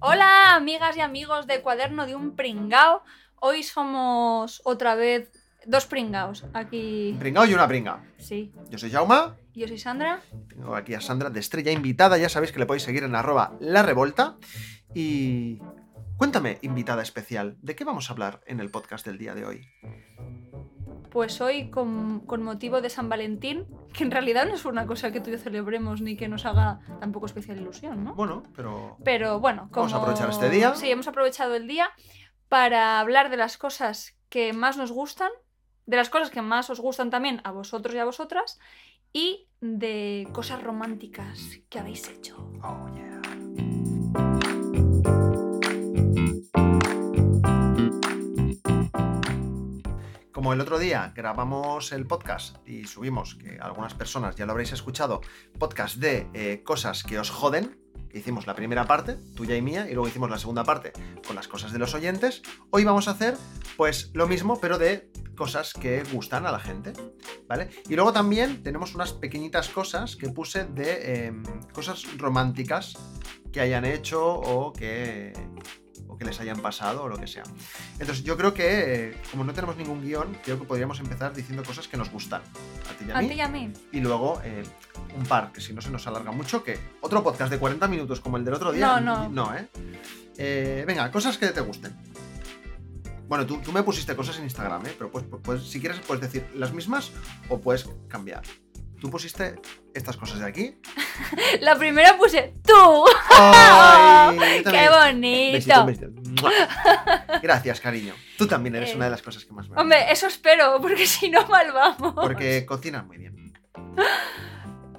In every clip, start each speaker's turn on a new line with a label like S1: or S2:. S1: Hola amigas y amigos de Cuaderno de un Pringao. Hoy somos otra vez dos pringaos aquí.
S2: Pringao y una pringa.
S1: Sí,
S2: Yo soy Jauma,
S1: yo soy Sandra.
S2: tengo aquí a Sandra de estrella invitada, ya sabéis que le podéis seguir en arroba la revolta. Y cuéntame, invitada especial, ¿de qué vamos a hablar en el podcast del día de hoy?
S1: Pues hoy con, con motivo de San Valentín, que en realidad no es una cosa que tú y yo celebremos ni que nos haga tampoco especial ilusión, ¿no?
S2: Bueno, pero...
S1: Pero bueno, como...
S2: Vamos a aprovechar este día.
S1: Sí, hemos aprovechado el día para hablar de las cosas que más nos gustan, de las cosas que más os gustan también a vosotros y a vosotras, y de cosas románticas que habéis hecho.
S2: Oh, yeah. Como el otro día grabamos el podcast y subimos, que algunas personas ya lo habréis escuchado, podcast de eh, cosas que os joden, que hicimos la primera parte, tuya y mía, y luego hicimos la segunda parte con las cosas de los oyentes, hoy vamos a hacer pues lo mismo, pero de cosas que gustan a la gente, ¿vale? Y luego también tenemos unas pequeñitas cosas que puse de eh, cosas románticas que hayan hecho o que, o que les hayan pasado o lo que sea. Entonces yo creo que, eh, como no tenemos ningún guión, creo que podríamos empezar diciendo cosas que nos gustan. A ti y a
S1: A
S2: mí.
S1: ti y a mí.
S2: Y luego eh, un par, que si no se nos alarga mucho, que otro podcast de 40 minutos como el del otro día.
S1: No, no.
S2: ¿eh? Eh, venga, cosas que te gusten. Bueno, tú, tú me pusiste cosas en Instagram, ¿eh? Pero pues, pues, si quieres puedes decir las mismas o puedes cambiar. Tú pusiste estas cosas de aquí.
S1: La primera puse tú.
S2: ¡Ay! Yo
S1: ¡Qué
S2: también. Besito,
S1: bonito!
S2: besito. ¡Mua! Gracias, cariño. Tú también eres
S1: Eh,
S2: una de las cosas que más me gustan.
S1: Hombre, eso espero, porque si no mal vamos.
S2: Porque cocinas muy bien.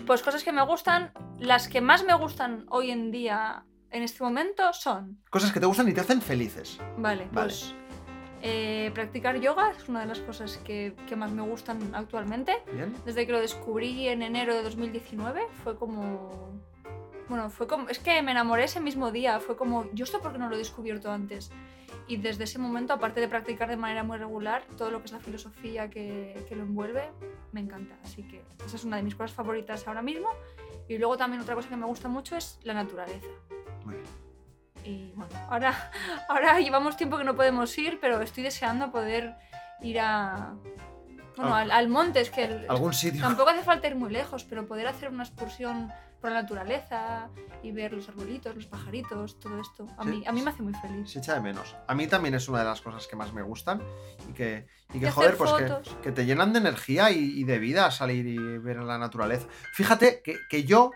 S1: Pues cosas que me gustan, las que más me gustan hoy en día, en este momento, son,
S2: Cosas que te gustan y te hacen felices.
S1: vale,
S2: Vale.
S1: pues eh, practicar yoga es una de las cosas que, que más me gustan actualmente.
S2: ¿Bien?
S1: Desde que lo descubrí en enero de 2019, fue como... Bueno, fue como... Es que me enamoré ese mismo día, fue como, yo esto porque no lo he descubierto antes. Y desde ese momento, aparte de practicar de manera muy regular, todo lo que es la filosofía que, que lo envuelve, me encanta. Así que esa es una de mis cosas favoritas ahora mismo. Y luego también otra cosa que me gusta mucho es la naturaleza.
S2: Muy bien.
S1: Y bueno, ahora, ahora llevamos tiempo que no podemos ir, pero estoy deseando poder ir a... Bueno,
S2: Ah.
S1: al, al monte, es que... el-
S2: ¿Algún sitio?
S1: Tampoco hace falta ir muy lejos, pero poder hacer una excursión por la naturaleza y ver los arbolitos, los pajaritos, todo esto, a
S2: Sí,
S1: mí, a mí
S2: sí.
S1: me hace muy feliz.
S2: se echa de menos. A mí también es una de las cosas que más me gustan y que, y
S1: Y
S2: que
S1: hacer
S2: joder, pues que,
S1: fotos.
S2: que te llenan de energía y, y de vida salir y ver la naturaleza. Fíjate que, que yo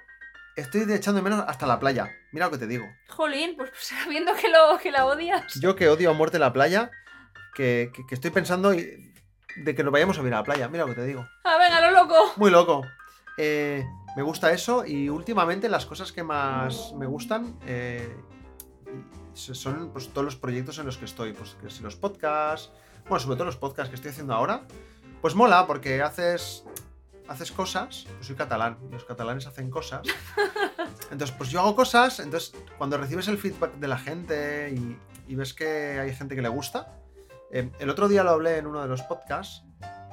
S2: estoy de- echando de menos hasta la playa. Mira lo que te digo.
S1: Jolín, pues, pues, sabiendo que, lo, que la odias.
S2: Yo que odio a muerte la playa, que, que- que estoy pensando y- de que nos vayamos a ir a la playa. Mira lo que te digo.
S1: Ah, venga, lo loco.
S2: Muy loco. Eh, me gusta eso y últimamente las cosas que más me gustan eh, y- son pues, todos los proyectos en los que estoy. Pues que si los podcasts, bueno, sobre todo los podcasts que estoy haciendo ahora, pues mola porque haces, haces cosas. Yo soy catalán y los catalanes hacen cosas. Entonces, pues yo hago cosas, entonces cuando recibes el feedback de la gente y, y ves que hay gente que le gusta, eh, el otro día lo hablé en uno de los podcasts,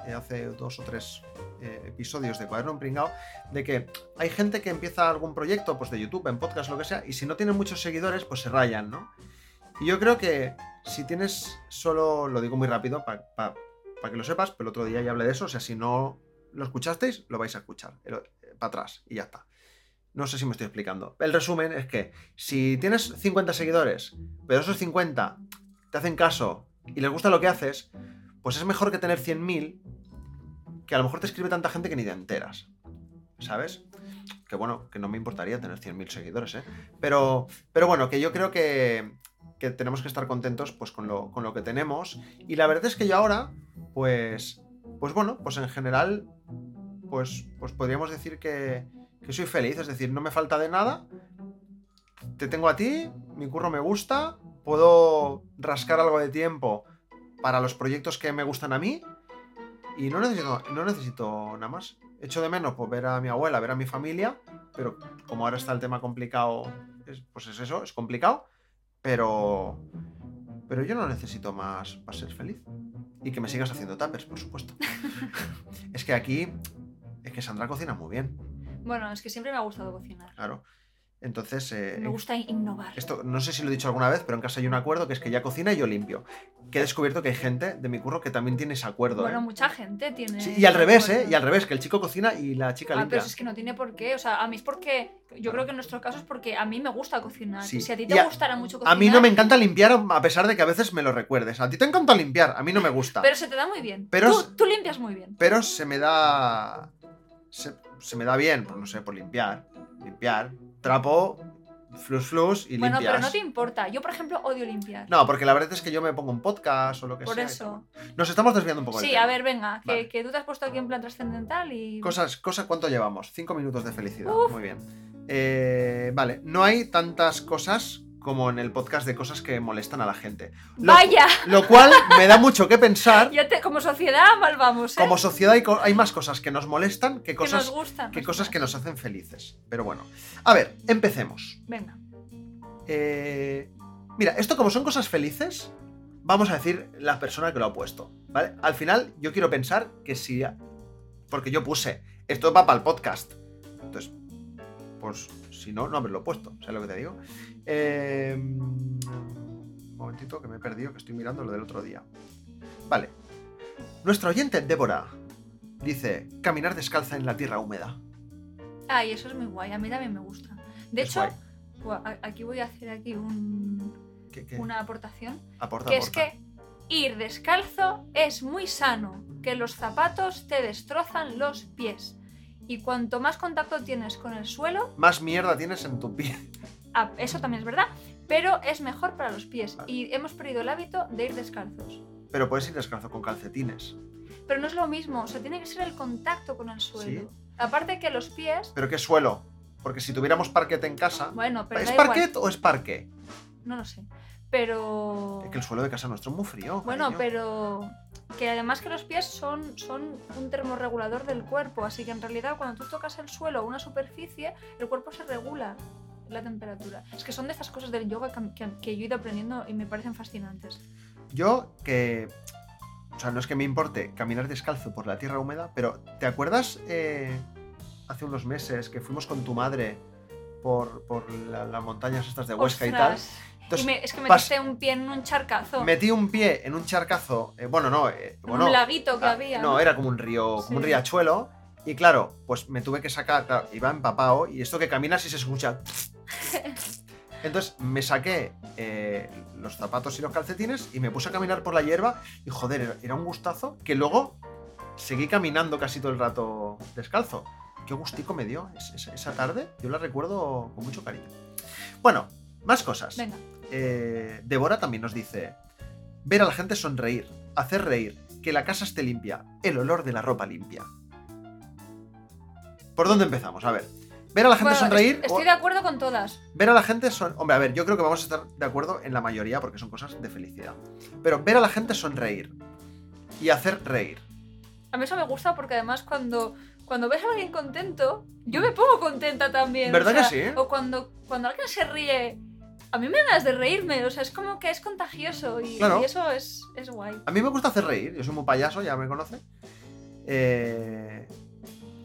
S2: eh, hace dos o tres eh, episodios de Cuaderno en Pringao, de que hay gente que empieza algún proyecto, pues de YouTube, en podcast, lo que sea, y si no tienen muchos seguidores, pues se rayan, ¿no? Y yo creo que si tienes solo, lo digo muy rápido para que lo sepas, pero el otro día ya hablé de eso, o sea, si no lo escuchasteis, lo vais a escuchar, para atrás, y ya está. No sé si me estoy explicando. El resumen es que si tienes 50 seguidores, pero esos 50 te hacen caso y les gusta lo que haces, pues es mejor que tener 100.000 que a lo mejor te escribe tanta gente que ni te enteras. ¿Sabes? Que bueno, que no me importaría tener 100.000 seguidores, ¿eh? Pero, pero bueno, que yo creo que, que tenemos que estar contentos pues, con, lo, con lo que tenemos. Y la verdad es que yo ahora, pues, pues bueno, pues en general, pues, pues podríamos decir que, que soy feliz. Es decir, no me falta de nada. Te tengo a ti, mi curro me gusta, puedo rascar algo de tiempo para los proyectos que me gustan a mí y no necesito, no necesito nada más. Echo de menos pues, ver a mi abuela, ver a mi familia, pero como ahora está el tema complicado, es- pues es eso, es complicado, pero, pero yo no necesito más para ser feliz. Y que me sigas haciendo tapers, por supuesto. es que aquí, es que Sandra cocina muy bien,
S1: Bueno, es que siempre me ha gustado cocinar.
S2: claro. Entonces, eh,
S1: Me gusta innovar.
S2: esto no sé si lo he dicho alguna vez, pero en casa hay un acuerdo que es que ella cocina y yo limpio. Que he descubierto que hay gente de mi curro que también tiene ese acuerdo.
S1: Bueno,
S2: ¿eh?
S1: mucha gente tiene.
S2: Sí, y al revés, ¿eh?
S1: bueno.
S2: Y al revés, que el chico cocina y la chica
S1: Ah,
S2: limpia.
S1: pero es que no tiene por qué. O sea, a mí es porque. Yo creo que en nuestro caso es porque a mí me gusta cocinar.
S2: Sí.
S1: Si a ti
S2: Y
S1: te
S2: a-
S1: gustara mucho cocinar.
S2: A mí no me encanta limpiar, a pesar de que a veces me lo recuerdes. A ti te encanta limpiar, a mí no me gusta. Pero,
S1: Pero se te da muy bien.
S2: Pero
S1: tú,
S2: es-
S1: tú limpias muy bien.
S2: se me da. Se, se me da bien, pues no sé, por limpiar. Limpiar. Trapo, flus flus y
S1: Bueno,
S2: limpias.
S1: pero no te importa. Yo, por ejemplo, odio limpiar.
S2: No, porque la verdad es que yo me pongo un podcast o lo que
S1: por
S2: sea. y
S1: eso.
S2: tal. Nos estamos desviando un poco del
S1: Sí,
S2: tema.
S1: a ver, venga. Que,
S2: Vale.
S1: que tú te has puesto aquí en plan trascendental y.
S2: Cosas, cosa, ¿cuánto llevamos? Cinco minutos de felicidad.
S1: Uf.
S2: Muy bien. Eh, vale, no hay tantas cosas como en el podcast de cosas que molestan a la gente. Lo-
S1: Vaya,
S2: Lo cual me da mucho que pensar.
S1: ya te, como sociedad mal vamos, ¿eh?
S2: Como sociedad hay, co- hay más cosas que nos molestan que
S1: que nos
S2: cosas,
S1: gustan.
S2: que,
S1: nos
S2: cosas que
S1: gustan.
S2: nos hacen felices. Pero bueno, a ver, empecemos.
S1: Venga.
S2: Eh, mira, esto como son cosas felices, vamos a decir la persona que lo ha puesto. ¿vale? Al final yo quiero pensar que si... Porque yo puse, esto va para el podcast. Entonces, pues si no, no haberlo puesto. ¿Sabes lo que te digo? Eh, un momentito que me he perdido, que estoy mirando lo del otro día. Vale. Nuestra oyente Débora dice, caminar descalza en la tierra húmeda.
S1: Ay, eso es muy guay. A mí también me gusta. De
S2: Es
S1: hecho,
S2: guay.
S1: buah, a- aquí voy a hacer aquí un-
S2: ¿Qué, qué?
S1: una aportación.
S2: Aporta,
S1: que es
S2: aporta.
S1: que ir descalzo es muy sano, que los zapatos te destrozan los pies. Y cuanto más contacto tienes con el suelo,
S2: Más mierda tienes en tu pie.
S1: ah, eso también es verdad, pero es mejor para los pies.
S2: Vale.
S1: Y hemos perdido el hábito de ir descalzos.
S2: Pero puedes ir descalzo con calcetines.
S1: Pero no es lo mismo, o sea, tiene que ser el contacto con el suelo. Aparte que los pies...
S2: ¿Pero qué suelo? Porque si tuviéramos parquet en casa.
S1: Bueno, pero
S2: ¿Es
S1: da igual,
S2: parquet o es parque?
S1: no lo sé. Pero...
S2: Es que el suelo de casa nuestro es muy frío.
S1: Oh. Bueno,
S2: cariño.
S1: pero que además que los pies son, son un termorregulador del cuerpo, así que en realidad cuando tú tocas el suelo o una superficie, el cuerpo se regula la temperatura. Es que son de estas cosas del yoga que, que- que yo he ido aprendiendo y me parecen fascinantes.
S2: Yo que. O sea, no es que me importe caminar descalzo por la tierra húmeda, pero ¿te acuerdas eh, hace unos meses que fuimos con tu madre por, por la- las montañas estas de Huesca y
S1: Ostras,
S2: tal? Entonces,
S1: me- es que
S2: pas-
S1: metiste un pie en un charcazo,
S2: metí un pie en un charcazo. eh, bueno, no. eh,
S1: en
S2: bueno,
S1: un laguito que
S2: Ah,
S1: había.
S2: No, era como un río, como un
S1: Sí.
S2: riachuelo. Y claro, pues me tuve que sacar, claro, iba empapado y esto que caminas y se escucha. Entonces me saqué eh, los zapatos y los calcetines y me puse a caminar por la hierba y joder, era- era un gustazo que luego seguí caminando casi todo el rato descalzo. Qué gustico me dio es- es- esa tarde, yo la recuerdo con mucho cariño. Bueno, más cosas.
S1: Venga,
S2: Eh, Débora también nos dice: ver a la gente sonreír, hacer reír, que la casa esté limpia, el olor de la ropa limpia. ¿Por dónde empezamos? A ver. Ver a la gente
S1: Bueno,
S2: sonreír.
S1: est- estoy
S2: o-
S1: de acuerdo con todas.
S2: Ver a la gente son. Hombre, a ver, yo creo que vamos a estar de acuerdo en la mayoría porque son cosas de felicidad. Pero ver a la gente sonreír y hacer reír.
S1: A mí eso me gusta porque además cuando, cuando ves a alguien contento, yo me pongo contenta también.
S2: ¿Verdad
S1: o sea,
S2: que sí?
S1: O cuando, cuando alguien se ríe, a mí me dan ganas de reírme, o sea, es como que es contagioso y,
S2: Claro.
S1: y eso es, es guay.
S2: A mí me gusta hacer reír, yo soy muy payaso, ya me conoce. Eh,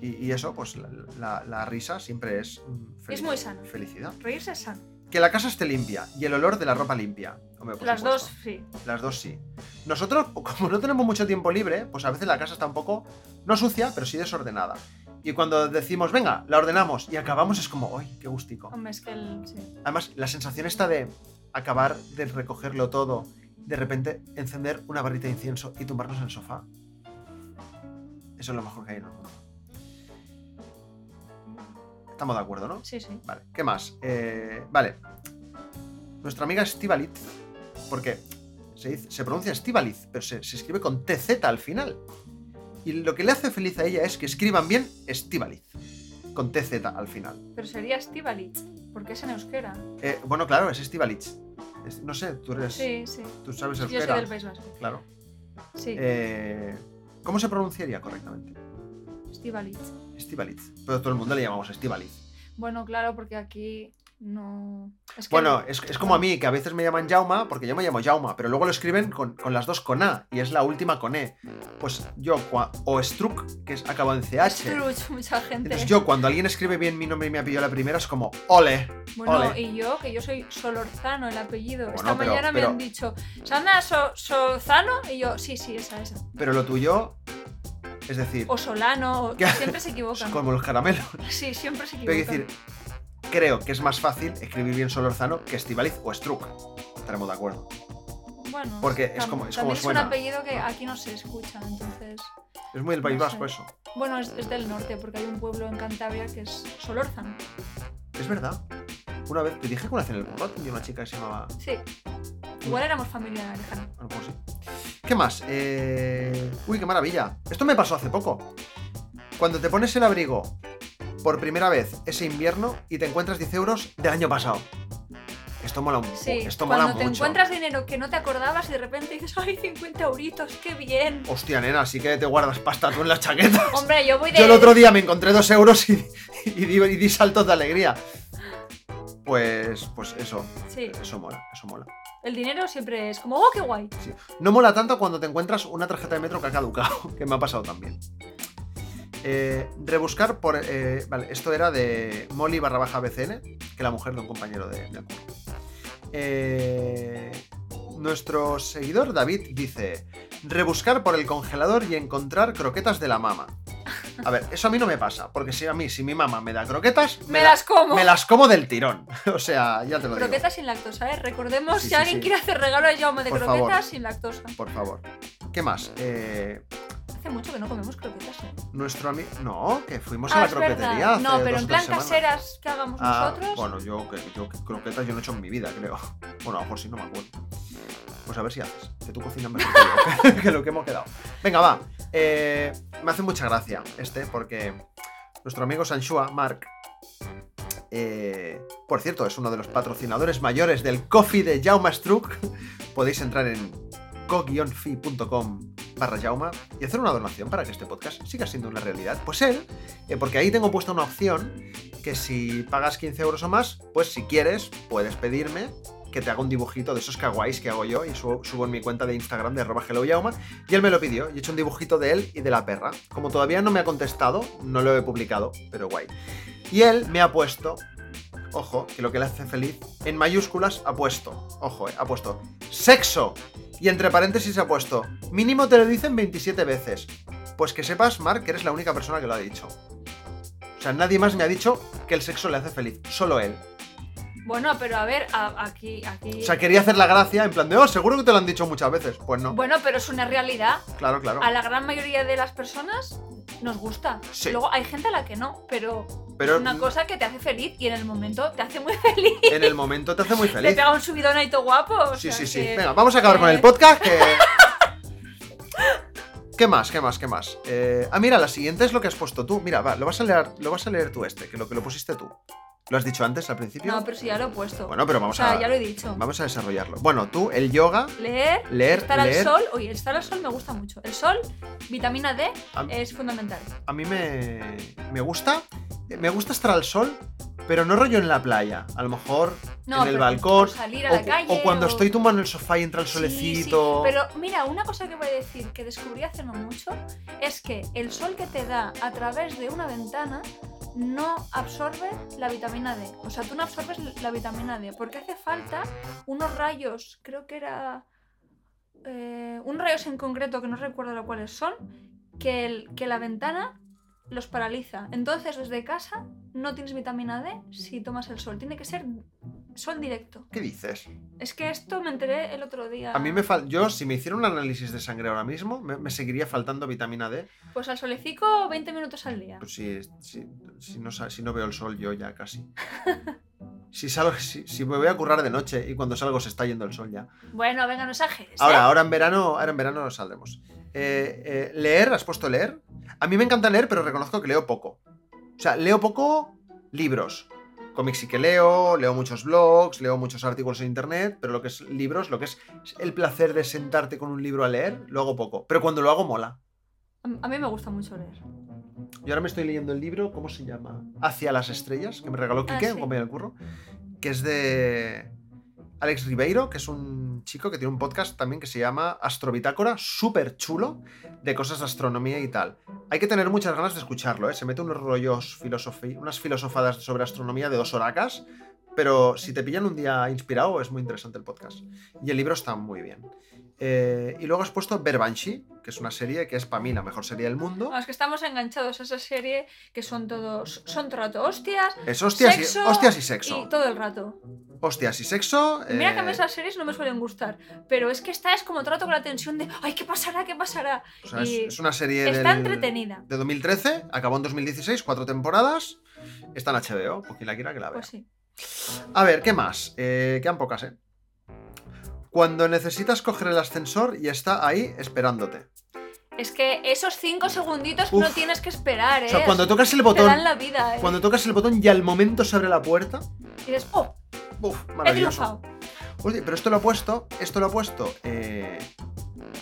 S2: y, y eso, pues la, la- la risa siempre es. mm,
S1: Es
S2: feliz-
S1: muy sano.
S2: Felicidad.
S1: Reírse es sano.
S2: Que la casa esté limpia y el olor de la ropa limpia. Hombre, por
S1: Las dos,
S2: supuesto.
S1: sí.
S2: Las dos sí. Nosotros, como no tenemos mucho tiempo libre, pues a veces la casa está un poco, no sucia, pero sí desordenada. Y cuando decimos, venga, la ordenamos y acabamos, es como, ¡ay, qué gustico!
S1: Hombre, es que el... sí.
S2: Además, la sensación está de acabar de recogerlo todo, de repente encender una barrita de incienso y tumbarnos en el sofá. Eso es lo mejor que hay en el mundo. Estamos de acuerdo, ¿no?
S1: Sí, sí.
S2: Vale, ¿qué más? Eh, vale. Nuestra amiga Estivaliz, porque se, dice- se pronuncia Estivaliz, pero se, se escribe con TZ al final. Y lo que le hace feliz a ella es que escriban bien Estivaliz, con TZ al final.
S1: Pero sería Stivalit, porque es en euskera.
S2: Eh, bueno, claro, es Estivaliz. Es- No sé, tú eres.
S1: Sí, sí.
S2: Tú sabes
S1: Yo soy
S2: euskera.
S1: del País Vasco.
S2: Claro.
S1: Sí,
S2: Eh, ¿Cómo se pronunciaría correctamente?
S1: Estíbaliz.
S2: Estivaliz. Pero todo el mundo le llamamos Estivaliz.
S1: Bueno, claro, porque aquí no. Es que
S2: Bueno, es, es como a mí, que a veces me llaman Jauma, porque yo me llamo Jauma, pero luego lo escriben con, con las dos con A, y es la última con E. Pues yo, cua- o Struck, que es acabado en
S1: es
S2: CH.
S1: trucho mucha gente.
S2: Entonces yo, cuando alguien escribe bien mi nombre y mi apellido a la primera, es como, ole.
S1: bueno,
S2: ole.
S1: y yo, que yo soy Solorzano, el apellido.
S2: Bueno,
S1: Esta
S2: pero-
S1: mañana
S2: pero-
S1: me han dicho, ¿Sandra So- Solzano? Y yo, sí, sí, esa, esa.
S2: Pero lo tuyo, es decir,
S1: O Solano, o-
S2: ¿Qué?
S1: siempre se
S2: es
S1: equivocan.
S2: como los caramelos.
S1: Sí, siempre se
S2: Pero hay que
S1: equivocan.
S2: decir, creo que es más fácil escribir bien Solorzano que Estivaliz o Struck. Estaremos de acuerdo.
S1: bueno,
S2: porque es
S1: tam-
S2: como-
S1: también
S2: es como
S1: es
S2: suena.
S1: un apellido que aquí no se escucha, entonces.
S2: Es muy del País
S1: No
S2: Vasco
S1: sé.
S2: eso.
S1: Bueno, es, es del norte, porque hay un pueblo en Cantabria que es Solórzano.
S2: Es verdad. Una vez, te dije que una vez en el pueblo tenía una chica que se llamaba
S1: Sí. Igual éramos familia lejana.
S2: Bueno, pues sí. ¿Qué más? Eh, Uy, qué maravilla. Esto me pasó hace poco. Cuando te pones el abrigo por primera vez ese invierno y te encuentras 10 euros del año pasado. Esto mola, un-
S1: Sí,
S2: esto mola
S1: cuando te
S2: mucho.
S1: encuentras dinero que no te acordabas y de repente dices, ¡ay, 50 euritos, qué bien!
S2: Hostia, nena, así que te guardas pasta tú en la chaqueta.
S1: Hombre, yo voy de...
S2: Yo el otro día me encontré 2 euros y, y di, y di saltos de alegría. Pues, pues eso,
S1: Sí,
S2: eso mola, eso mola.
S1: el dinero siempre es como, ¡oh, qué guay!
S2: No mola tanto cuando te encuentras una tarjeta de metro que ha caducado, que me ha pasado también. Eh, rebuscar por. eh, vale, esto era de Molly barra baja BCN, que la mujer de un compañero de, del curro. Eh, nuestro seguidor David dice: Rebuscar por el congelador y encontrar croquetas de la mama. A ver, eso a mí no me pasa, porque si a mí, si mi mamá me da croquetas,
S1: ¡Me
S2: da-
S1: las como!
S2: me las como del tirón. O sea, ya te lo digo.
S1: Croquetas sin lactosa, ¿eh? Recordemos,
S2: Sí,
S1: si
S2: sí,
S1: alguien
S2: sí.
S1: quiere hacer regalo a Jaume de
S2: Por
S1: croquetas
S2: favor.
S1: sin lactosa.
S2: Por favor. ¿Qué más? Eh,
S1: Hace mucho que no comemos croquetas, ¿eh?
S2: Nuestro amigo. No, que fuimos a
S1: Ah,
S2: Pues la
S1: es verdad.
S2: croquetería. hace
S1: No, pero
S2: dos
S1: en
S2: o tres
S1: plan
S2: semanas.
S1: caseras que hagamos
S2: Ah,
S1: nosotros.
S2: bueno, yo, que- yo que croquetas yo no he hecho en mi vida, creo. Bueno, a lo mejor sí, no me acuerdo. Pues a ver si haces. Que tú cocinas mejor que yo, que lo que hemos quedado. Venga, va. Eh, me hace mucha gracia este, porque nuestro amigo Sanshua, Mark. eh, por cierto, es uno de los patrocinadores mayores del coffee de Jauma Struck. Podéis entrar en co-fi.com barra Jauma y hacer una donación para que este podcast siga siendo una realidad. Pues él, eh, porque ahí tengo puesta una opción que si pagas 15 euros o más, pues si quieres, puedes pedirme que te haga un dibujito de esos kawaiis que hago yo y subo, subo en mi cuenta de Instagram de arroba helloyauma. Y él me lo pidió, y he hecho un dibujito de él y de la perra. Como todavía no me ha contestado, no lo he publicado, pero guay. Y él me ha puesto, ojo, que lo que le hace feliz, en mayúsculas ha puesto, ojo, eh, ha puesto sexo. Y entre paréntesis ha puesto, mínimo te lo dicen 27 veces. Pues que sepas, Mark, que eres la única persona que lo ha dicho. O sea, nadie más me ha dicho que el sexo le hace feliz, solo él.
S1: Bueno, pero a ver, a- aquí, aquí...
S2: O sea, quería hacer la gracia en plan de, oh, seguro que te lo han dicho muchas veces. Pues no,
S1: Bueno, pero es una realidad.
S2: claro, claro.
S1: A la gran mayoría de las personas nos gusta.
S2: Sí.
S1: Luego hay gente a la que no, pero es
S2: Pero
S1: una cosa que te hace feliz y en el momento te hace muy feliz.
S2: en el momento te hace muy
S1: Te
S2: feliz.
S1: pega un subidón ahí todo guapo. o
S2: Sí,
S1: sea
S2: sí, sí.
S1: que-
S2: Venga, vamos a acabar con el
S1: eh,
S2: podcast que... ¿Qué más? ¿Qué más? ¿Qué más? Eh, ah, mira, la siguiente es lo que has puesto tú. Mira, va, lo vas a leer, lo vas a leer tú este, que lo que lo pusiste tú. ¿Lo has dicho antes al principio?
S1: No, pero si ya lo he puesto.
S2: Bueno, pero
S1: o
S2: vamos
S1: sea,
S2: a
S1: ya lo he dicho.
S2: vamos a desarrollarlo. Bueno, tú el yoga,
S1: Leer,
S2: leer,
S1: estar al
S2: leer.
S1: sol. Oye, estar al sol me gusta mucho. El sol, vitamina D,
S2: A-
S1: es fundamental.
S2: a mí me, me gusta. Me gusta estar al sol, pero no rollo en la playa. A lo mejor
S1: No,
S2: en el
S1: pero
S2: balcón.
S1: salir a
S2: O,
S1: la calle.
S2: o cuando estoy tumbado en el sofá y entra el
S1: Sí, sí,
S2: solecito.
S1: Pero mira, una cosa que voy a decir que descubrí hace no mucho es que el sol que te da a través de una ventana no absorbe la vitamina D. O sea, tú no absorbes la vitamina D porque hace falta unos rayos, creo que era... eh, unos rayos en concreto que no recuerdo lo cuáles son, que, el, que la ventana los paraliza. Entonces, desde casa no tienes vitamina D si tomas el sol. Tiene que ser sol directo.
S2: ¿Qué dices?
S1: Es que esto me enteré el otro día.
S2: A mí me fal... Yo, si me hiciera un análisis de sangre ahora mismo, me, me seguiría faltando vitamina D.
S1: Pues al solecico 20 minutos al día.
S2: Pues si, si- si no, sa- si no veo el sol, yo ya casi. Si, salgo, si, si me voy a currar de noche y cuando salgo se está yendo el sol ya.
S1: Bueno, venga, no exageres.
S2: Ahora,
S1: ¿eh?
S2: ahora en verano, ahora en verano nos saldremos. Eh, eh, leer, ¿has puesto leer? A mí me encanta leer, pero reconozco que leo poco. O sea, leo poco libros. cómics sí que leo, leo muchos blogs, leo muchos artículos en internet, pero lo que es libros, lo que es el placer de sentarte con un libro a leer, lo hago poco. Pero cuando lo hago mola.
S1: A- A mí me gusta mucho leer.
S2: Yo ahora me estoy leyendo el libro, ¿cómo se llama? Hacia las estrellas, que me regaló
S1: Ah,
S2: Quique,
S1: sí.
S2: un compañero del curro, que es de Alex Ribeiro, que es un chico que tiene un podcast también que se llama Astrobitácora, súper chulo, de cosas de astronomía y tal. Hay que tener muchas ganas de escucharlo, ¿eh? Se mete unos rollos, filosofi- unas filosofadas sobre astronomía de dos horacas, pero si te pillan un día inspirado, es muy interesante el podcast. Y el libro está muy bien. Eh, y luego has puesto Berbanshi, que es una serie que es para mí la mejor serie del mundo.
S1: No, es que estamos enganchados a esa serie que son todos. Son todo el rato hostias
S2: Es hostias, y,
S1: Sexo
S2: hostias y
S1: y
S2: sexo.
S1: todo el rato.
S2: Hostias y sexo.
S1: Y Mira que a
S2: eh,
S1: mí esas series no me suelen gustar, pero es que esta es como trato con la tensión de ¡ay, qué pasará, qué pasará!
S2: o sea, es,
S1: y
S2: es una serie
S1: Está
S2: del-
S1: entretenida.
S2: de 2013, acabó en 2016, cuatro temporadas. Está en HBO, por quien la quiera que la vea.
S1: Pues sí.
S2: A ver, ¿qué más? Eh, quedan pocas, ¿eh? Cuando necesitas coger el ascensor y está ahí esperándote.
S1: Es que esos cinco segunditos
S2: Uf.
S1: no tienes que esperar, ¿eh?
S2: O sea, cuando tocas el
S1: Te
S2: botón,
S1: dan la vida, ¿eh?
S2: cuando tocas el botón y al momento se abre la puerta,
S1: Y dices, ¡oh,
S2: ¡buf!
S1: he
S2: Maravilloso.
S1: triunfado!
S2: Hostia, pero esto lo ha puesto, esto lo ha puesto. eh,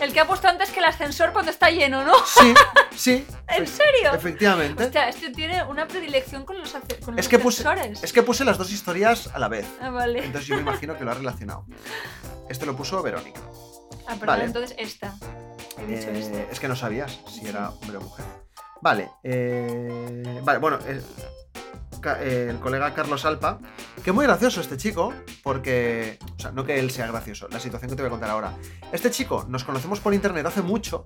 S1: El que ha puesto antes que el ascensor cuando está lleno, ¿no?
S2: Sí, sí.
S1: ¿En
S2: sí,
S1: serio?
S2: Efectivamente.
S1: Hostia, este tiene una predilección con los, ace- con
S2: Es
S1: los
S2: que puse-
S1: ascensores.
S2: Es que puse las dos historias a la vez.
S1: Ah, vale.
S2: Entonces yo me imagino que lo ha relacionado. Esto lo puso Verónica.
S1: Ah, perdón,
S2: Vale.
S1: entonces esta. He dicho
S2: Eh,
S1: esta.
S2: es que no sabías si era hombre o mujer. Vale, eh, vale, bueno, el, ca- eh, el colega Carlos Alpa, que muy gracioso este chico, porque, o sea, no que él sea gracioso, la situación que te voy a contar ahora. Este chico, nos conocemos por internet hace mucho,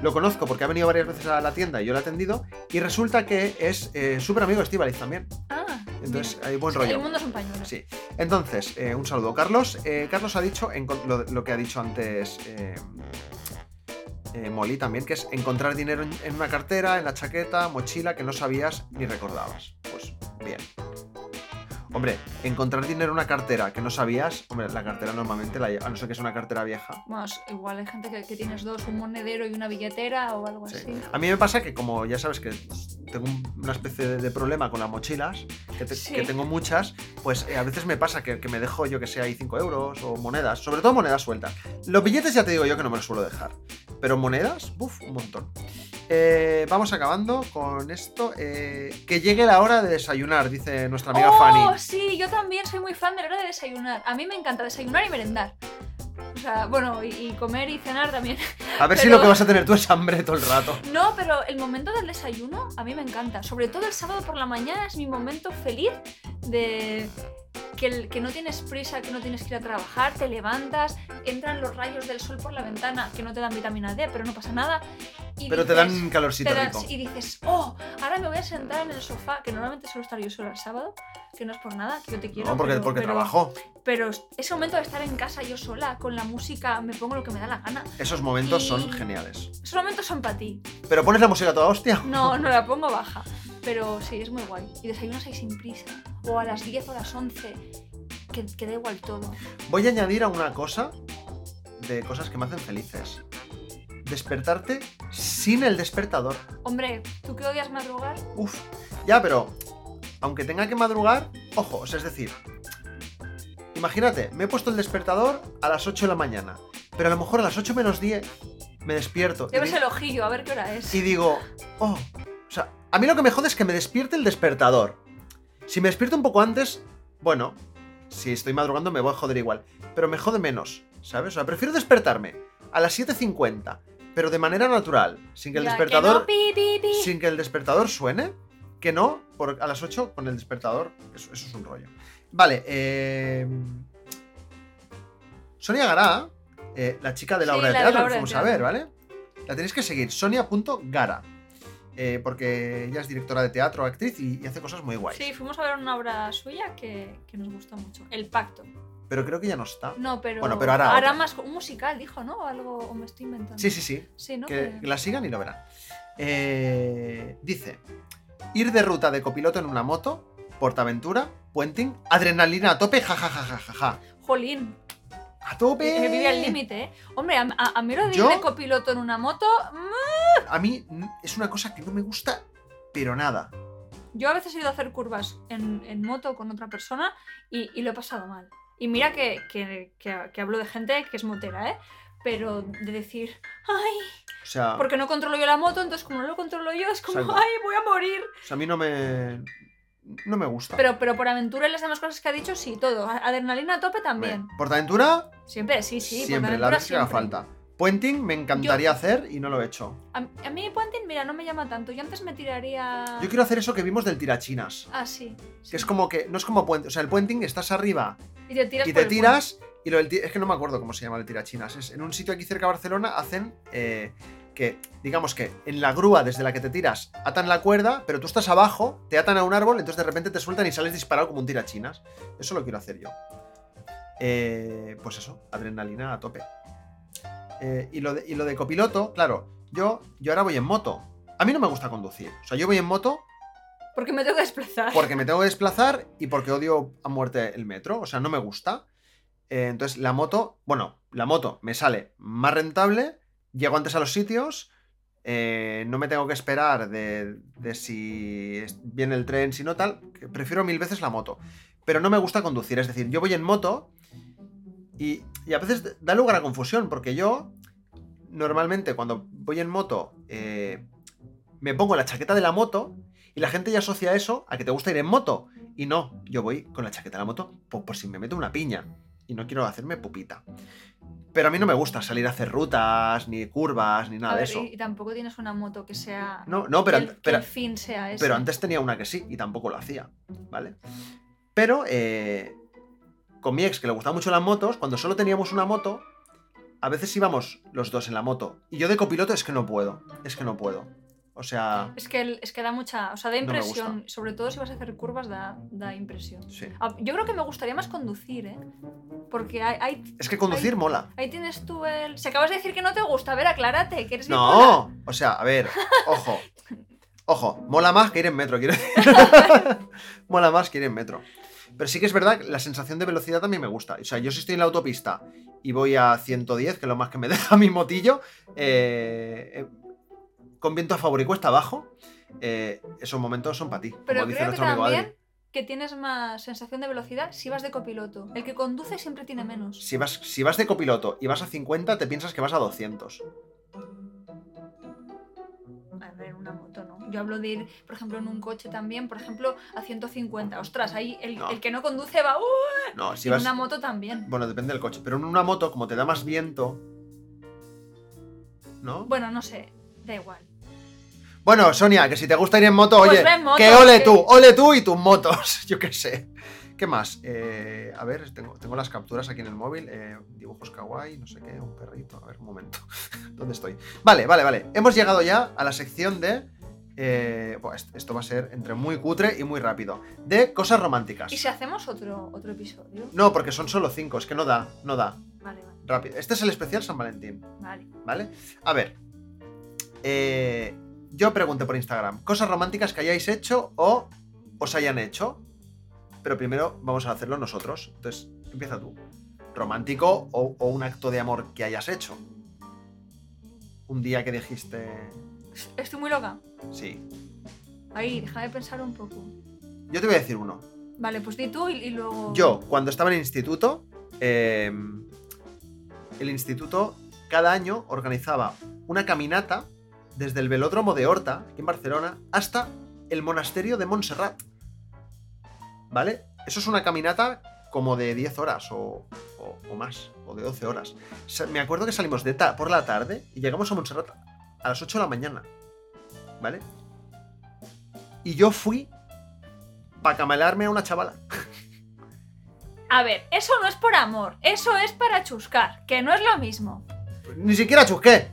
S2: lo conozco porque ha venido varias veces a la tienda y yo lo he atendido, y resulta que es eh, súper amigo de Estivaliz también.
S1: Ah,
S2: Entonces,
S1: mira.
S2: hay buen
S1: O sea,
S2: rollo.
S1: El mundo es un pañuelo.
S2: Sí. Entonces, eh, un saludo, Carlos. Eh, Carlos ha dicho en con- lo, lo que ha dicho antes eh, eh, Molly también, que es encontrar dinero en, en una cartera, en la chaqueta, mochila, que no sabías ni recordabas. Pues bien. Hombre, encontrar dinero en una cartera que no sabías, hombre, la cartera normalmente la lleva, a no ser que es una cartera vieja.
S1: Bueno, es- igual hay gente que, que tienes dos, un monedero y una billetera o algo
S2: Sí.
S1: así.
S2: A mí me pasa que como ya sabes que pues, tengo un- una especie de, de problema con las mochilas, que, te-
S1: Sí.
S2: que tengo muchas, pues eh, a veces me pasa que, que me dejo yo que sé ahí 5 euros o monedas, sobre todo monedas sueltas. Los billetes ya te digo yo que no me los suelo dejar, pero monedas, buf, un montón. Eh, vamos acabando con esto. eh, que llegue la hora de desayunar, dice nuestra amiga
S1: ¡Oh,
S2: Fanny.
S1: sí! Yo también soy muy fan de la hora de desayunar. A mí me encanta desayunar y merendar. O sea, bueno, y, y comer y cenar también.
S2: A ver si
S1: pero-
S2: lo que vas a tener tú es hambre todo el rato.
S1: No, pero el momento del desayuno a mí me encanta. Sobre todo el sábado por la mañana es mi momento feliz de que, el- que no tienes prisa, que no tienes que ir a trabajar, te levantas, entran los rayos del sol por la ventana, que no te dan vitamina D, pero no pasa nada. y
S2: Pero te
S1: dices-
S2: dan un
S1: te
S2: calorcito
S1: dan-
S2: rico.
S1: y dices, oh, ahora me voy a sentar en el sofá, que normalmente suelo estar yo sola el sábado, que no es por nada, que yo te quiero.
S2: No, porque,
S1: pero-
S2: porque
S1: pero-
S2: trabajo.
S1: Pero ese momento de estar en casa yo sola, con la música, me pongo lo que me da la gana.
S2: Esos momentos son
S1: Y-
S2: geniales.
S1: Esos momentos son para ti.
S2: Pero pones la música a toda hostia.
S1: No, no la pongo baja. Pero sí, es muy guay. Y desayunas ahí sin prisa. O a las 10 o a las 11. Que, que da igual todo.
S2: Voy a añadir a una cosa de cosas que me hacen felices. Despertarte sin el despertador.
S1: Hombre, ¿tú qué odias madrugar?
S2: Uf. Ya, pero aunque tenga que madrugar, ojo, o sea, es decir, imagínate, me he puesto el despertador a las 8 de la mañana, pero a lo mejor a las 8 menos 10 me despierto y,
S1: Debes
S2: di-
S1: el ojillo, a ver qué hora es.
S2: y digo, oh, o sea, a mí lo que me jode es que me despierte el despertador. Si me despierto un poco antes, bueno, si estoy madrugando me voy a joder igual, pero me jode menos, ¿sabes? O sea, prefiero despertarme a las 7.50, pero de manera natural, sin que el
S1: Ya,
S2: despertador
S1: no, pi, pi, pi.
S2: sin que el despertador suene, que no, por, a las 8 con el despertador. Eso, eso es un rollo. Vale, eh, Sonia Gara, eh, la chica de la
S1: Sí,
S2: obra de
S1: la de la
S2: teatro,
S1: obra
S2: que
S1: de
S2: fuimos a
S1: teatro.
S2: ver, ¿vale? La tenéis que seguir, sonia.gara, eh, porque ella es directora de teatro, actriz y, y hace cosas muy guays.
S1: Sí, fuimos a ver una obra suya que, que nos gustó mucho. El Pacto.
S2: Pero creo que ya no está.
S1: No, pero.
S2: Bueno, pero hará otra.
S1: más. Un musical, dijo, ¿no? O algo. O me estoy inventando.
S2: Sí, sí, sí.
S1: Sí, ¿no?
S2: que, que
S1: Que-
S2: la sigan y lo verán. Eh, dice: ir de ruta de copiloto en una moto, portaventura, puenting, adrenalina a tope, jajajajaja.
S1: Jolín.
S2: A tope.
S1: que vive al límite, ¿eh? Hombre, a, a, a mí lo de ir
S2: Yo-
S1: de copiloto en una moto. mm,
S2: A mí mm, es una cosa que no me gusta, pero nada.
S1: Yo a veces he ido a hacer curvas en, en moto con otra persona y, y lo he pasado mal. Y mira que, que, que- que hablo de gente que es motera, ¿eh? Pero de decir, ay,
S2: O sea,
S1: porque no controlo yo la moto, entonces como no lo controlo yo, es como,
S2: Ah. Exacto. Ah.
S1: ay, voy a morir.
S2: o sea, a mí no me. No me gusta.
S1: Pero, pero por aventura y las demás cosas que ha dicho, sí, todo. A- Adrenalina a tope también.
S2: Me- Portaventura,
S1: Siempre, sí, sí.
S2: siempre, la
S1: Portaventura
S2: vez que haga
S1: siempre.
S2: falta. Puenting me encantaría hacer y no lo he hecho.
S1: A, a mí puenting, mira, no me llama tanto. Yo antes me tiraría...
S2: Yo quiero hacer eso que vimos del tirachinas.
S1: Ah, sí. Ah. sí.
S2: Que es como que. No es como puente. O sea, el puenting estás arriba
S1: Y te tiras.
S2: y
S1: por
S2: te
S1: el
S2: tiras. Y lo del ti- es que no me acuerdo cómo se llama el tirachinas. Es en un sitio aquí cerca de Barcelona hacen eh, que, digamos que en la grúa desde la que te tiras, atan la cuerda, pero tú estás abajo, te atan a un árbol, entonces de repente te sueltan y sales disparado como un tirachinas. Eso lo quiero hacer yo. Eh, pues eso, adrenalina a tope. Eh, y, lo de, y lo de copiloto, claro, yo, yo ahora voy en moto. A mí no me gusta conducir. O sea, yo voy en moto
S1: puente. Porque me tengo que desplazar.
S2: porque me tengo que desplazar y porque odio a muerte el metro. O sea, no me gusta. Eh, entonces, la moto, bueno, la moto me sale más rentable, llego antes a los sitios, eh, no me tengo que esperar de, de si es- viene el tren, si no tal. que Prefiero mil veces la moto. Pero no me gusta conducir. Es decir, yo voy en moto y, y a veces da lugar a confusión porque yo normalmente cuando voy en moto eh, me pongo la chaqueta de la moto y la gente ya asocia eso a que te gusta ir en moto. Y no, yo voy con la chaqueta de la moto por, por si me meto una piña. Y no quiero hacerme pupita. Pero a mí no me gusta salir a hacer rutas, ni curvas, ni nada
S1: A
S2: de
S1: ver,
S2: eso.
S1: y, y tampoco tienes una moto que sea.
S2: No, no, pero,
S1: que el, que
S2: pero-
S1: el fin sea ese.
S2: pero antes tenía una que sí y tampoco lo hacía, ¿vale? Pero eh, con mi ex, que le gustaban mucho las motos, cuando solo teníamos una moto, a veces íbamos los dos en la moto. Y yo de copiloto es que no puedo, es que no puedo. O sea,
S1: Es que, el- es que da mucha. O sea, da
S2: No me
S1: impresión. sobre todo si vas a hacer curvas, da, da impresión.
S2: sí.
S1: Ah, Yo creo que me gustaría más conducir, ¿eh? Porque ahí, ahí,
S2: Es que conducir
S1: Ay.
S2: mola.
S1: ahí tienes tú el. Si acabas de decir que no te gusta, a ver, aclárate, que eres bipolar.
S2: No, o sea, a ver, ojo. Ojo, mola más que ir en metro, quiero decir. mola más que ir en metro. Pero sí que es verdad, que la sensación de velocidad también me gusta. O sea, yo si estoy en la autopista y voy a 110, que es lo más que me deja mi motillo, eh, eh, con viento a favor y cuesta abajo, eh, esos momentos son para ti. como
S1: Pero creo
S2: dice
S1: que
S2: nuestro amigo Adri.
S1: también que tienes más sensación de velocidad si vas de copiloto. El que conduce siempre tiene menos.
S2: Si vas, si vas de copiloto y vas a 50, te piensas que vas a 200.
S1: A ver, una moto no. Yo hablo de ir, por ejemplo, en un coche también, por ejemplo, a 150. Ostras, ahí el,
S2: No.
S1: el que no conduce va. ¡uh!
S2: No,
S1: y
S2: si
S1: en
S2: vas...
S1: una moto también.
S2: Bueno, depende del coche, pero en una moto, como te da más viento. ¿No?
S1: Bueno, no sé, da igual.
S2: Bueno, Sonia, que si te gusta ir en moto,
S1: Pues
S2: oye,
S1: ve en moto,
S2: que ole
S1: que-
S2: tú, ole tú y tus motos, yo qué sé. ¿Qué más? Eh, a ver, tengo, tengo las capturas aquí en el móvil, eh, dibujos kawaii, no sé qué, un perrito, a ver, un momento, ¿dónde estoy? Vale, vale, vale, hemos llegado ya a la sección de... eh, buah, est- esto va a ser entre muy cutre y muy rápido, de cosas románticas.
S1: ¿Y si hacemos otro, otro episodio?
S2: No, porque son solo cinco, es que no da, no da,
S1: Vale, vale,
S2: rápido. Este es el especial San Valentín.
S1: vale.
S2: ¿vale? A ver. eh, yo pregunté por Instagram, cosas románticas que hayáis hecho o os hayan hecho. Pero primero vamos a hacerlo nosotros. Entonces, empieza tú. Romántico o, o un acto de amor que hayas hecho. Un día que dijiste.
S1: Estoy muy loca.
S2: Sí.
S1: Ahí, déjame pensar un poco.
S2: Yo te voy a decir uno.
S1: Vale, pues di tú y, y luego.
S2: Yo, cuando estaba en el instituto, eh, el instituto cada año organizaba una caminata desde el velódromo de Horta, aquí en Barcelona, hasta el monasterio de Montserrat. ¿Vale? Eso es una caminata como de 10 horas o, o- o más, o de 12 horas. Sa- Me acuerdo que salimos de ta- por la tarde y llegamos a Montserrat a las 8 de la mañana. ¿Vale? Y yo fui para camelarme a una chavala.
S1: A ver, eso no es por amor, eso es para chuscar, que no es lo mismo.
S2: Ni siquiera chusqué.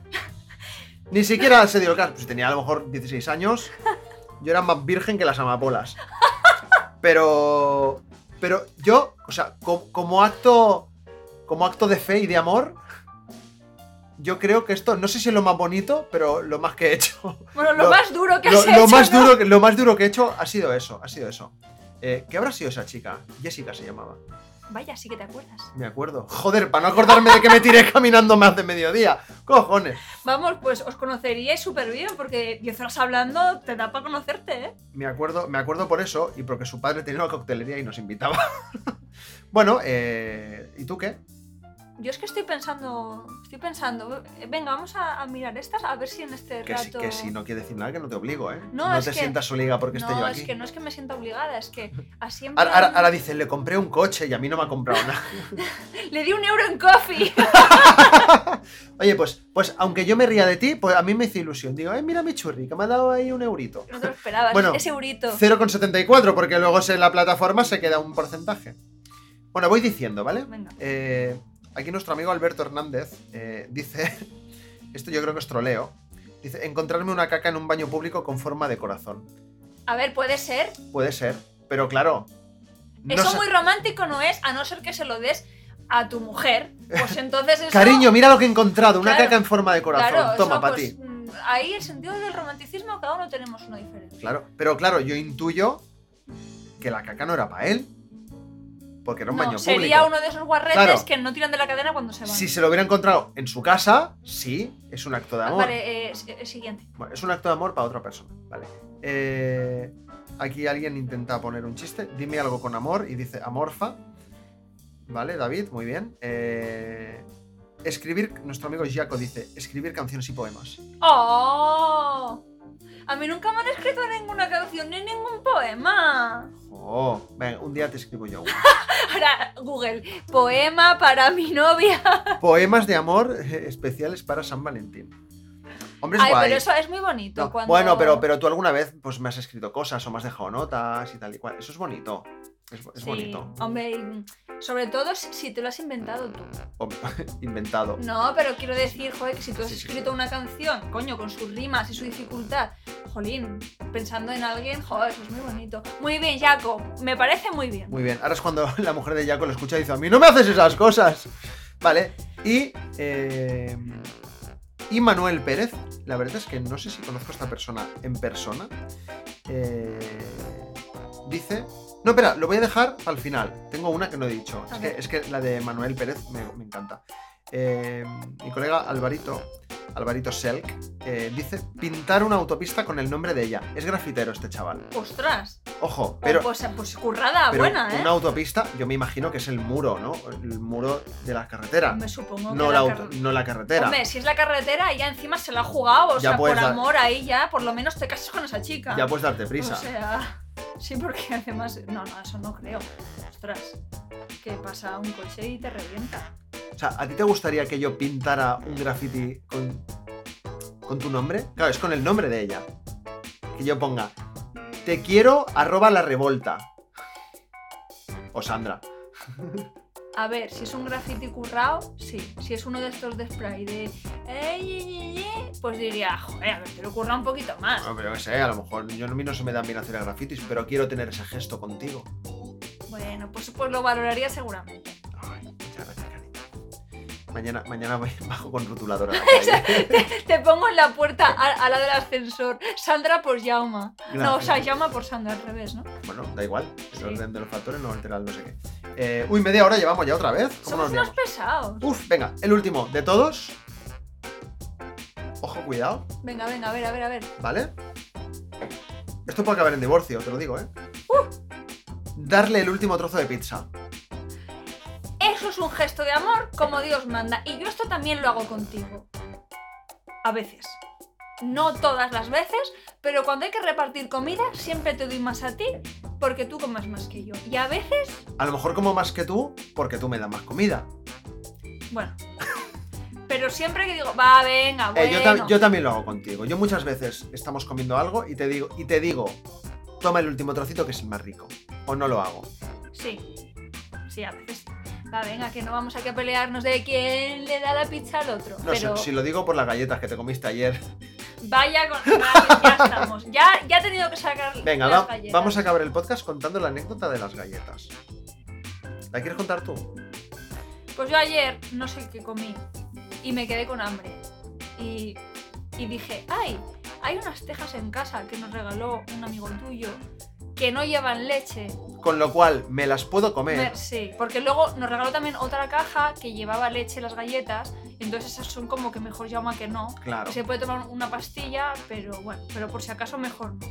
S2: Ni siquiera se dio el caso. Pues tenía a lo mejor 16 años. Yo era más virgen que las amapolas. Pero. Pero yo, o sea, co- como, acto. Como acto de fe y de amor. Yo creo que esto, no sé si es lo más bonito, pero lo más que he hecho.
S1: Bueno, lo,
S2: Lo-
S1: más duro que
S2: Lo,
S1: has
S2: lo
S1: hecho,
S2: más
S1: ¿no?
S2: duro, que- lo más duro que he hecho ha sido eso, ha sido eso. Eh, ¿Qué habrá sido esa chica? Jessica se llamaba.
S1: Vaya, sí que te acuerdas.
S2: Me acuerdo. Joder, para no acordarme de que me tiré caminando más de mediodía. Cojones.
S1: Vamos, pues os conoceríais súper bien porque 10 horas hablando te da para conocerte, ¿eh?
S2: Me acuerdo, me acuerdo por eso y porque su padre tenía una coctelería y nos invitaba. bueno, eh, ¿y tú qué?
S1: Yo es que estoy pensando, estoy pensando, eh, venga, vamos a, a mirar estas a ver si en este
S2: Que, si,
S1: rato...
S2: que si no quieres decir nada, que no te obligo, ¿eh?
S1: No, es
S2: te
S1: que-
S2: sientas obliga porque esté yo
S1: No,
S2: aquí.
S1: es que no es que me sienta obligada, es que así en
S2: ahora,
S1: plan-
S2: ahora- ahora dice, le compré un coche y a mí no me ha comprado nada.
S1: Le di un euro en coffee.
S2: Oye, pues, pues aunque yo me ría de ti, pues a mí me hizo ilusión. Digo, ay, mira mi churri, que me ha dado ahí un eurito.
S1: No te lo esperabas,
S2: Bueno,
S1: ese eurito.
S2: 0,74, porque luego en la plataforma se queda un porcentaje. Bueno, voy diciendo, ¿vale?
S1: Venga.
S2: Eh, aquí nuestro amigo Alberto Hernández eh, dice, esto yo creo que es troleo, dice, encontrarme una caca en un baño público con forma de corazón.
S1: A ver, puede ser.
S2: Puede ser, pero claro. no
S1: eso
S2: sa-
S1: muy romántico no es, a no ser que se lo des a tu mujer. Pues entonces eso...
S2: Cariño, mira lo que he encontrado, una
S1: Claro.
S2: caca en forma de corazón.
S1: Claro,
S2: Toma,
S1: eso,
S2: para
S1: pues,
S2: ti.
S1: mm, Ahí el sentido del romanticismo, cada uno tenemos uno diferente.
S2: Claro, pero claro, yo intuyo que la caca no era para él. Porque era un
S1: No,
S2: baño público.
S1: sería uno de esos guarretes
S2: Claro.
S1: que no tiran de la cadena cuando se van.
S2: Si se lo hubiera encontrado en su casa, sí, es un acto de
S1: Ah,
S2: amor.
S1: Vale, eh, s- eh, siguiente.
S2: Bueno, es un acto de amor para otra persona, ¿vale? Eh, aquí alguien intenta poner un chiste. Dime algo con amor y dice amorfa. ¿Vale, David? Muy bien. Eh, escribir, nuestro amigo Giaco dice, escribir canciones y poemas.
S1: ¡Oh! A mí nunca me han escrito ninguna canción ni ningún poema.
S2: Oh, venga, un día te escribo yo. uno.
S1: Ahora, Google, poema para mi novia.
S2: Poemas de amor eh, especiales para San Valentín. Hombre, es
S1: Ay,
S2: guay.
S1: pero eso es muy bonito.
S2: No,
S1: cuando-
S2: Bueno, pero, pero tú alguna vez pues, me has escrito cosas o me has dejado notas y tal y cual. Eso es bonito. Es, es
S1: Sí, Oh.
S2: bonito.
S1: Hombre, y sobre todo si si te lo has inventado tú.
S2: Obvio, inventado.
S1: No, pero quiero decir, joder, que si tú has
S2: Sí, sí,
S1: escrito una canción, coño, con sus rimas y su dificultad, jolín, pensando en alguien, joder, eso es muy bonito. Muy bien, Jaco, me parece muy bien.
S2: Muy bien, ahora es cuando la mujer de Jaco lo escucha y dice, a mí no me haces esas cosas. Vale, y... eh, y Manuel Pérez, la verdad es que no sé si conozco a esta persona en persona. eh, dice... No, espera, lo voy a dejar al final. Tengo una que no he dicho.
S1: A
S2: Es que,
S1: ver.
S2: es que la de Manuel Pérez me, me encanta. Eh, mi colega Alvarito, Alvarito Selk, eh, dice pintar una autopista con el nombre de ella. Es grafitero este chaval.
S1: Ostras,
S2: Ojo,
S1: Oh,
S2: pero...
S1: pues, pues currada,
S2: Pero
S1: buena, ¿eh?
S2: una autopista, yo me imagino que es el muro, ¿no? El muro de la carretera.
S1: Me supongo
S2: No
S1: que
S2: la,
S1: la
S2: auto-
S1: carre-
S2: no la carretera.
S1: Hombre, si es la carretera, ya encima se la ha jugado, o
S2: Ya
S1: sea, por
S2: puedes dar-
S1: amor ahí ya, por lo menos te casas con esa chica.
S2: Ya puedes darte prisa.
S1: O sea, sí, porque además. No, no, eso no creo. Ostras, que pasa un coche y te revienta.
S2: O sea, ¿a ti te gustaría que yo pintara un graffiti con, con tu nombre? Claro, es con el nombre de ella. Que yo ponga, te quiero, arroba la revolta. O Sandra.
S1: A ver, si es un graffiti currao, sí. Si es uno de estos de spray de. "Ey, ye, ye, ye", pues diría, joder, a ver, te lo curra un poquito más.
S2: Bueno, pero yo qué sé, a lo mejor yo, a mí no se me dan bien hacer grafitis, pero quiero tener ese gesto contigo.
S1: Bueno, pues, pues lo valoraría seguramente.
S2: Ay, muchas gracias, cariño. Mañana, mañana voy- bajo con rotuladora. a la calle.
S1: Te pongo en la puerta a, a la del ascensor. Sandra por Yauma. No, o sea,
S2: Gracias.
S1: Yauma por Sandra, al revés, ¿no?
S2: Bueno, da igual. El
S1: Sí.
S2: orden de los factores no altera el no sé qué. Eh, uy, media hora llevamos ya otra vez. ¿Cómo
S1: Somos unos
S2: nos liamos?
S1: pesados.
S2: Uf, venga, el último de todos. Ojo, cuidado,
S1: Venga, venga, a ver, a ver, a ver.
S2: ¿vale? Esto puede acabar en divorcio, te lo digo, ¿eh?
S1: Uh.
S2: Darle el último trozo de pizza.
S1: Eso es un gesto de amor como Dios manda. Y yo esto también lo hago contigo. A veces. No todas las veces, pero cuando hay que repartir comida, siempre te doy más a ti porque tú comes más que yo. Y a veces,
S2: A lo mejor como más que tú, porque tú me das más comida.
S1: bueno. Pero siempre que digo, va, venga, bueno.
S2: Eh, yo, ta- yo también lo hago contigo. Yo muchas veces estamos comiendo algo y te digo, y te digo, toma el último trocito que es el más rico. O no lo hago.
S1: Sí. Sí, a veces. Va, venga, que no vamos aquí a pelearnos de quién le da la pizza al otro.
S2: No sé,
S1: pero
S2: si lo digo por las galletas que te comiste ayer.
S1: vaya con. vale, ya estamos. Ya, ya he tenido que sacar.
S2: Venga,
S1: las
S2: va-
S1: galletas.
S2: vamos a acabar el podcast contando la anécdota de las galletas. ¿La quieres contar tú?
S1: Pues yo ayer no sé qué comí y me quedé con hambre. Y, y dije, ay, hay unas tejas en casa que nos regaló un amigo tuyo que no llevan leche.
S2: Con lo cual, me las puedo comer.
S1: Me- Sí, porque luego nos regaló también otra caja que llevaba leche las galletas, entonces esas son como que mejor llama que no.
S2: Claro.
S1: Se puede tomar una pastilla, pero bueno, pero por si acaso mejor no.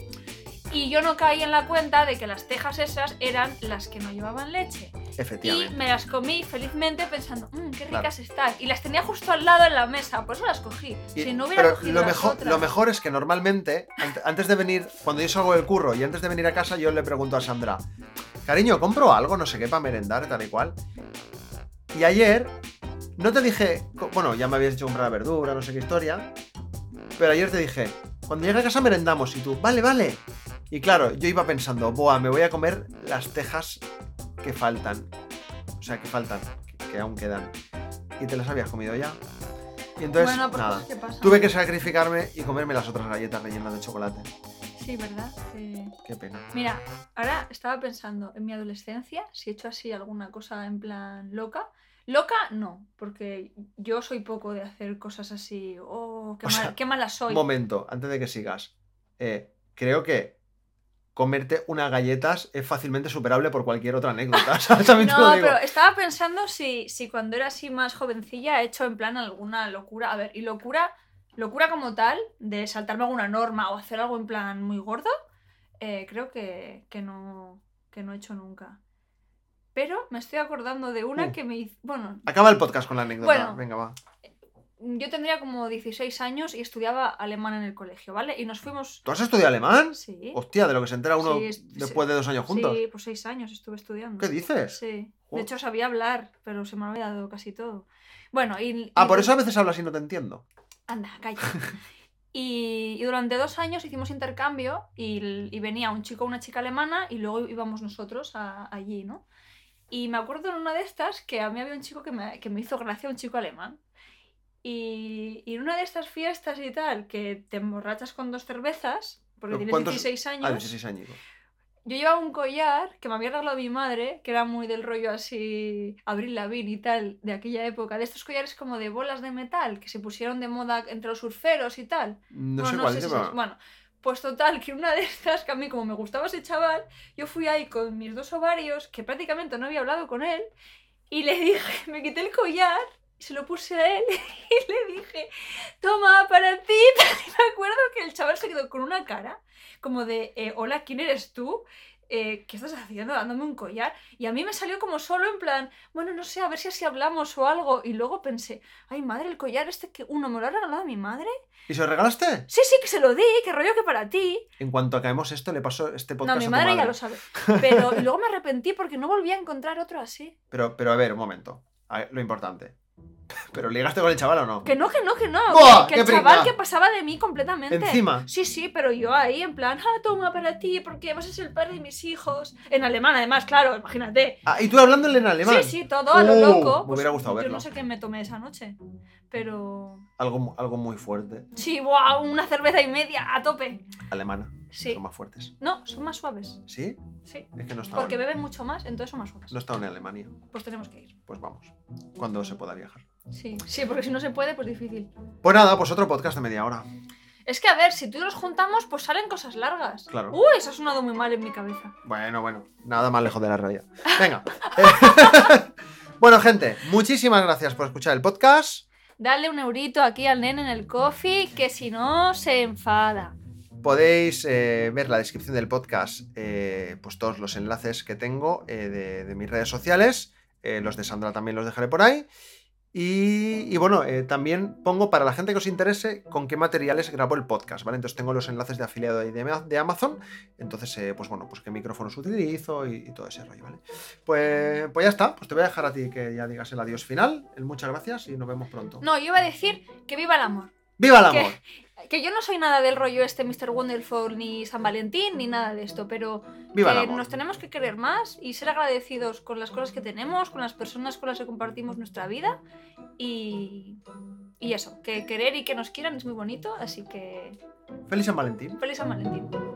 S1: Y yo no caí en la cuenta de que las tejas esas eran las que no llevaban leche. Y
S2: Efectivamente.
S1: me las comí felizmente pensando, mmm, qué ricas
S2: Claro.
S1: están. Y las tenía justo al lado en la mesa, por eso las cogí.
S2: Y-
S1: si no hubiera
S2: pero
S1: cogido
S2: lo
S1: las
S2: mejor,
S1: otras-
S2: lo mejor es que normalmente, ant- antes de venir, cuando yo salgo del curro y antes de venir a casa, yo le pregunto a Sandra, cariño, ¿compro algo? No sé qué, para merendar, tal y cual. Y ayer, no te dije, co- bueno, ya me habías dicho comprar la verdura, no sé qué historia, pero ayer te dije, cuando llegue a casa merendamos y tú, vale, vale. Y claro, yo iba pensando, boa, me voy a comer las tejas que faltan. O sea, que faltan, que, que aún quedan. Y te las habías comido ya. Y entonces,
S1: bueno, pues
S2: nada.
S1: cosas que pasan.
S2: Tuve que sacrificarme y comerme las otras galletas rellenas de chocolate.
S1: Sí, ¿verdad? Que-
S2: Qué pena.
S1: Mira, ahora estaba pensando en mi adolescencia, si he hecho así alguna cosa en plan loca. Loca, no, porque yo soy poco de hacer cosas así. Oh, qué,
S2: O
S1: mal-
S2: sea,
S1: qué mala soy.
S2: Momento, antes de que sigas. Eh, creo que comerte unas galletas es fácilmente superable por cualquier otra anécdota. ¿sabes? También te
S1: No,
S2: lo digo.
S1: pero estaba pensando si, si cuando era así más jovencilla he hecho en plan alguna locura. A ver, y locura, locura como tal, de saltarme alguna norma o hacer algo en plan muy gordo, eh, creo que, que no, que no he hecho nunca. Pero me estoy acordando de una
S2: Uh.
S1: que me hizo. Bueno,
S2: Acaba el podcast con la anécdota.
S1: Bueno.
S2: Venga, va.
S1: yo tendría como 16 años y estudiaba alemán en el colegio, ¿vale? Y nos fuimos.
S2: ¿Tú has estudiado alemán?
S1: Sí.
S2: Hostia, de lo que se entera uno
S1: Sí, es-
S2: después de dos años juntos.
S1: Sí, pues 6 años estuve estudiando.
S2: ¿Qué dices?
S1: Sí. De
S2: Joder.
S1: hecho, sabía hablar, pero se me ha olvidado casi todo. Bueno, y.
S2: Ah,
S1: y-
S2: por eso a veces hablas y no te entiendo.
S1: Anda, calla. Y, y durante dos años hicimos intercambio y, l- y venía un chico, una chica alemana y luego íbamos nosotros a- allí, ¿no? Y me acuerdo en una de estas que a mí había un chico que me, que me hizo gracia, un chico alemán. Y, y en una de estas fiestas y tal, que te emborrachas con dos cervezas, porque
S2: ¿Pero
S1: tienes
S2: cuántos-
S1: 16 años,
S2: Ah, 16 años.
S1: yo llevaba un collar que me había regalado mi madre, que era muy del rollo así, Abril Lavigne y tal, de aquella época, de estos collares como de bolas de metal, que se pusieron de moda entre los surferos y tal.
S2: No sé
S1: Bueno,
S2: cuál
S1: sé
S2: es,
S1: si
S2: pero-
S1: es- Bueno, pues total, que una de estas, que a mí como me gustaba ese chaval, yo fui ahí con mis dos ovarios, que prácticamente no había hablado con él, y le dije, me quité el collar, se lo puse a él, y le dije, toma, para ti, y me acuerdo que el chaval se quedó con una cara, como de, eh, hola, ¿quién eres tú? Eh, ¿Qué estás haciendo dándome un collar? Y a mí me salió como solo en plan, bueno, no sé, a ver si así hablamos o algo. Y luego pensé, ay madre, el collar este que uno me lo ha regalado mi madre.
S2: ¿Y se lo regalaste?
S1: Sí, sí, que se lo di, que rollo que para ti.
S2: En cuanto acabemos esto, le paso este
S1: No,
S2: podcast
S1: mi
S2: a tu
S1: madre, ya
S2: madre.
S1: lo sabe. Pero y luego me arrepentí porque no volví a encontrar otro así.
S2: Pero, pero a ver, un momento. A ver, lo importante. ¿Pero ligaste con el chaval o no?
S1: Que no, que no, que no.
S2: ¡Buah,
S1: que que el
S2: qué
S1: chaval
S2: pringa!
S1: que pasaba de mí completamente.
S2: Encima.
S1: Sí, sí, pero yo ahí en plan, ah, toma para ti, porque vas a ser el padre de mis hijos. En alemán, además, claro, imagínate.
S2: Ah, y tú hablándole en alemán.
S1: Sí, sí, todo a lo
S2: Uh,
S1: loco. Pues
S2: me hubiera gustado
S1: yo
S2: verlo.
S1: no sé qué me tomé esa noche. Pero.
S2: Algo, mu- algo muy fuerte.
S1: Sí, wow, una cerveza y media a tope.
S2: Alemana.
S1: Sí.
S2: Son más fuertes.
S1: No, son más suaves.
S2: ¿Sí?
S1: Sí.
S2: Es que no estaban,
S1: Porque beben mucho más, entonces son más suaves.
S2: no estaban en Alemania.
S1: Pues tenemos que ir.
S2: Pues vamos. Cuando se pueda viajar.
S1: Sí, sí, porque si no se puede, pues difícil.
S2: Pues nada, pues otro podcast de media hora.
S1: Es que a ver, si tú y los juntamos, pues salen cosas largas.
S2: Claro.
S1: Uy, eso ha sonado muy mal en mi cabeza.
S2: Bueno, bueno. Nada más lejos de la realidad. Venga. Eh, bueno, gente. Muchísimas gracias por escuchar el podcast.
S1: Dale un eurito aquí al nene en el coffee, que si no se enfada.
S2: Podéis eh, ver la descripción del podcast, eh, pues todos los enlaces que tengo eh, de, de mis redes sociales. Eh, los de Sandra también los dejaré por ahí. Y, y bueno, eh, también pongo para la gente que os interese con qué materiales grabo el podcast, ¿vale? Entonces tengo los enlaces de afiliado ahí de, Ama- de Amazon. Entonces, eh, pues bueno, pues qué micrófonos utilizo y, y todo ese rollo, ¿vale? Pues, pues ya está, pues te voy a dejar a ti que ya digas el adiós final. El muchas gracias y nos vemos pronto.
S1: No, yo iba a decir que viva el amor.
S2: ¡Viva el
S1: que-
S2: amor!
S1: Que yo no soy nada del rollo este Mr. Wonderful ni San Valentín ni nada de esto, pero
S2: ¡Viva el
S1: que
S2: amor!
S1: nos tenemos que querer más y ser agradecidos con las cosas que tenemos, con las personas con las que compartimos nuestra vida y, y eso, que querer y que nos quieran es muy bonito, así que
S2: ¡Feliz San Valentín!
S1: feliz San Valentín.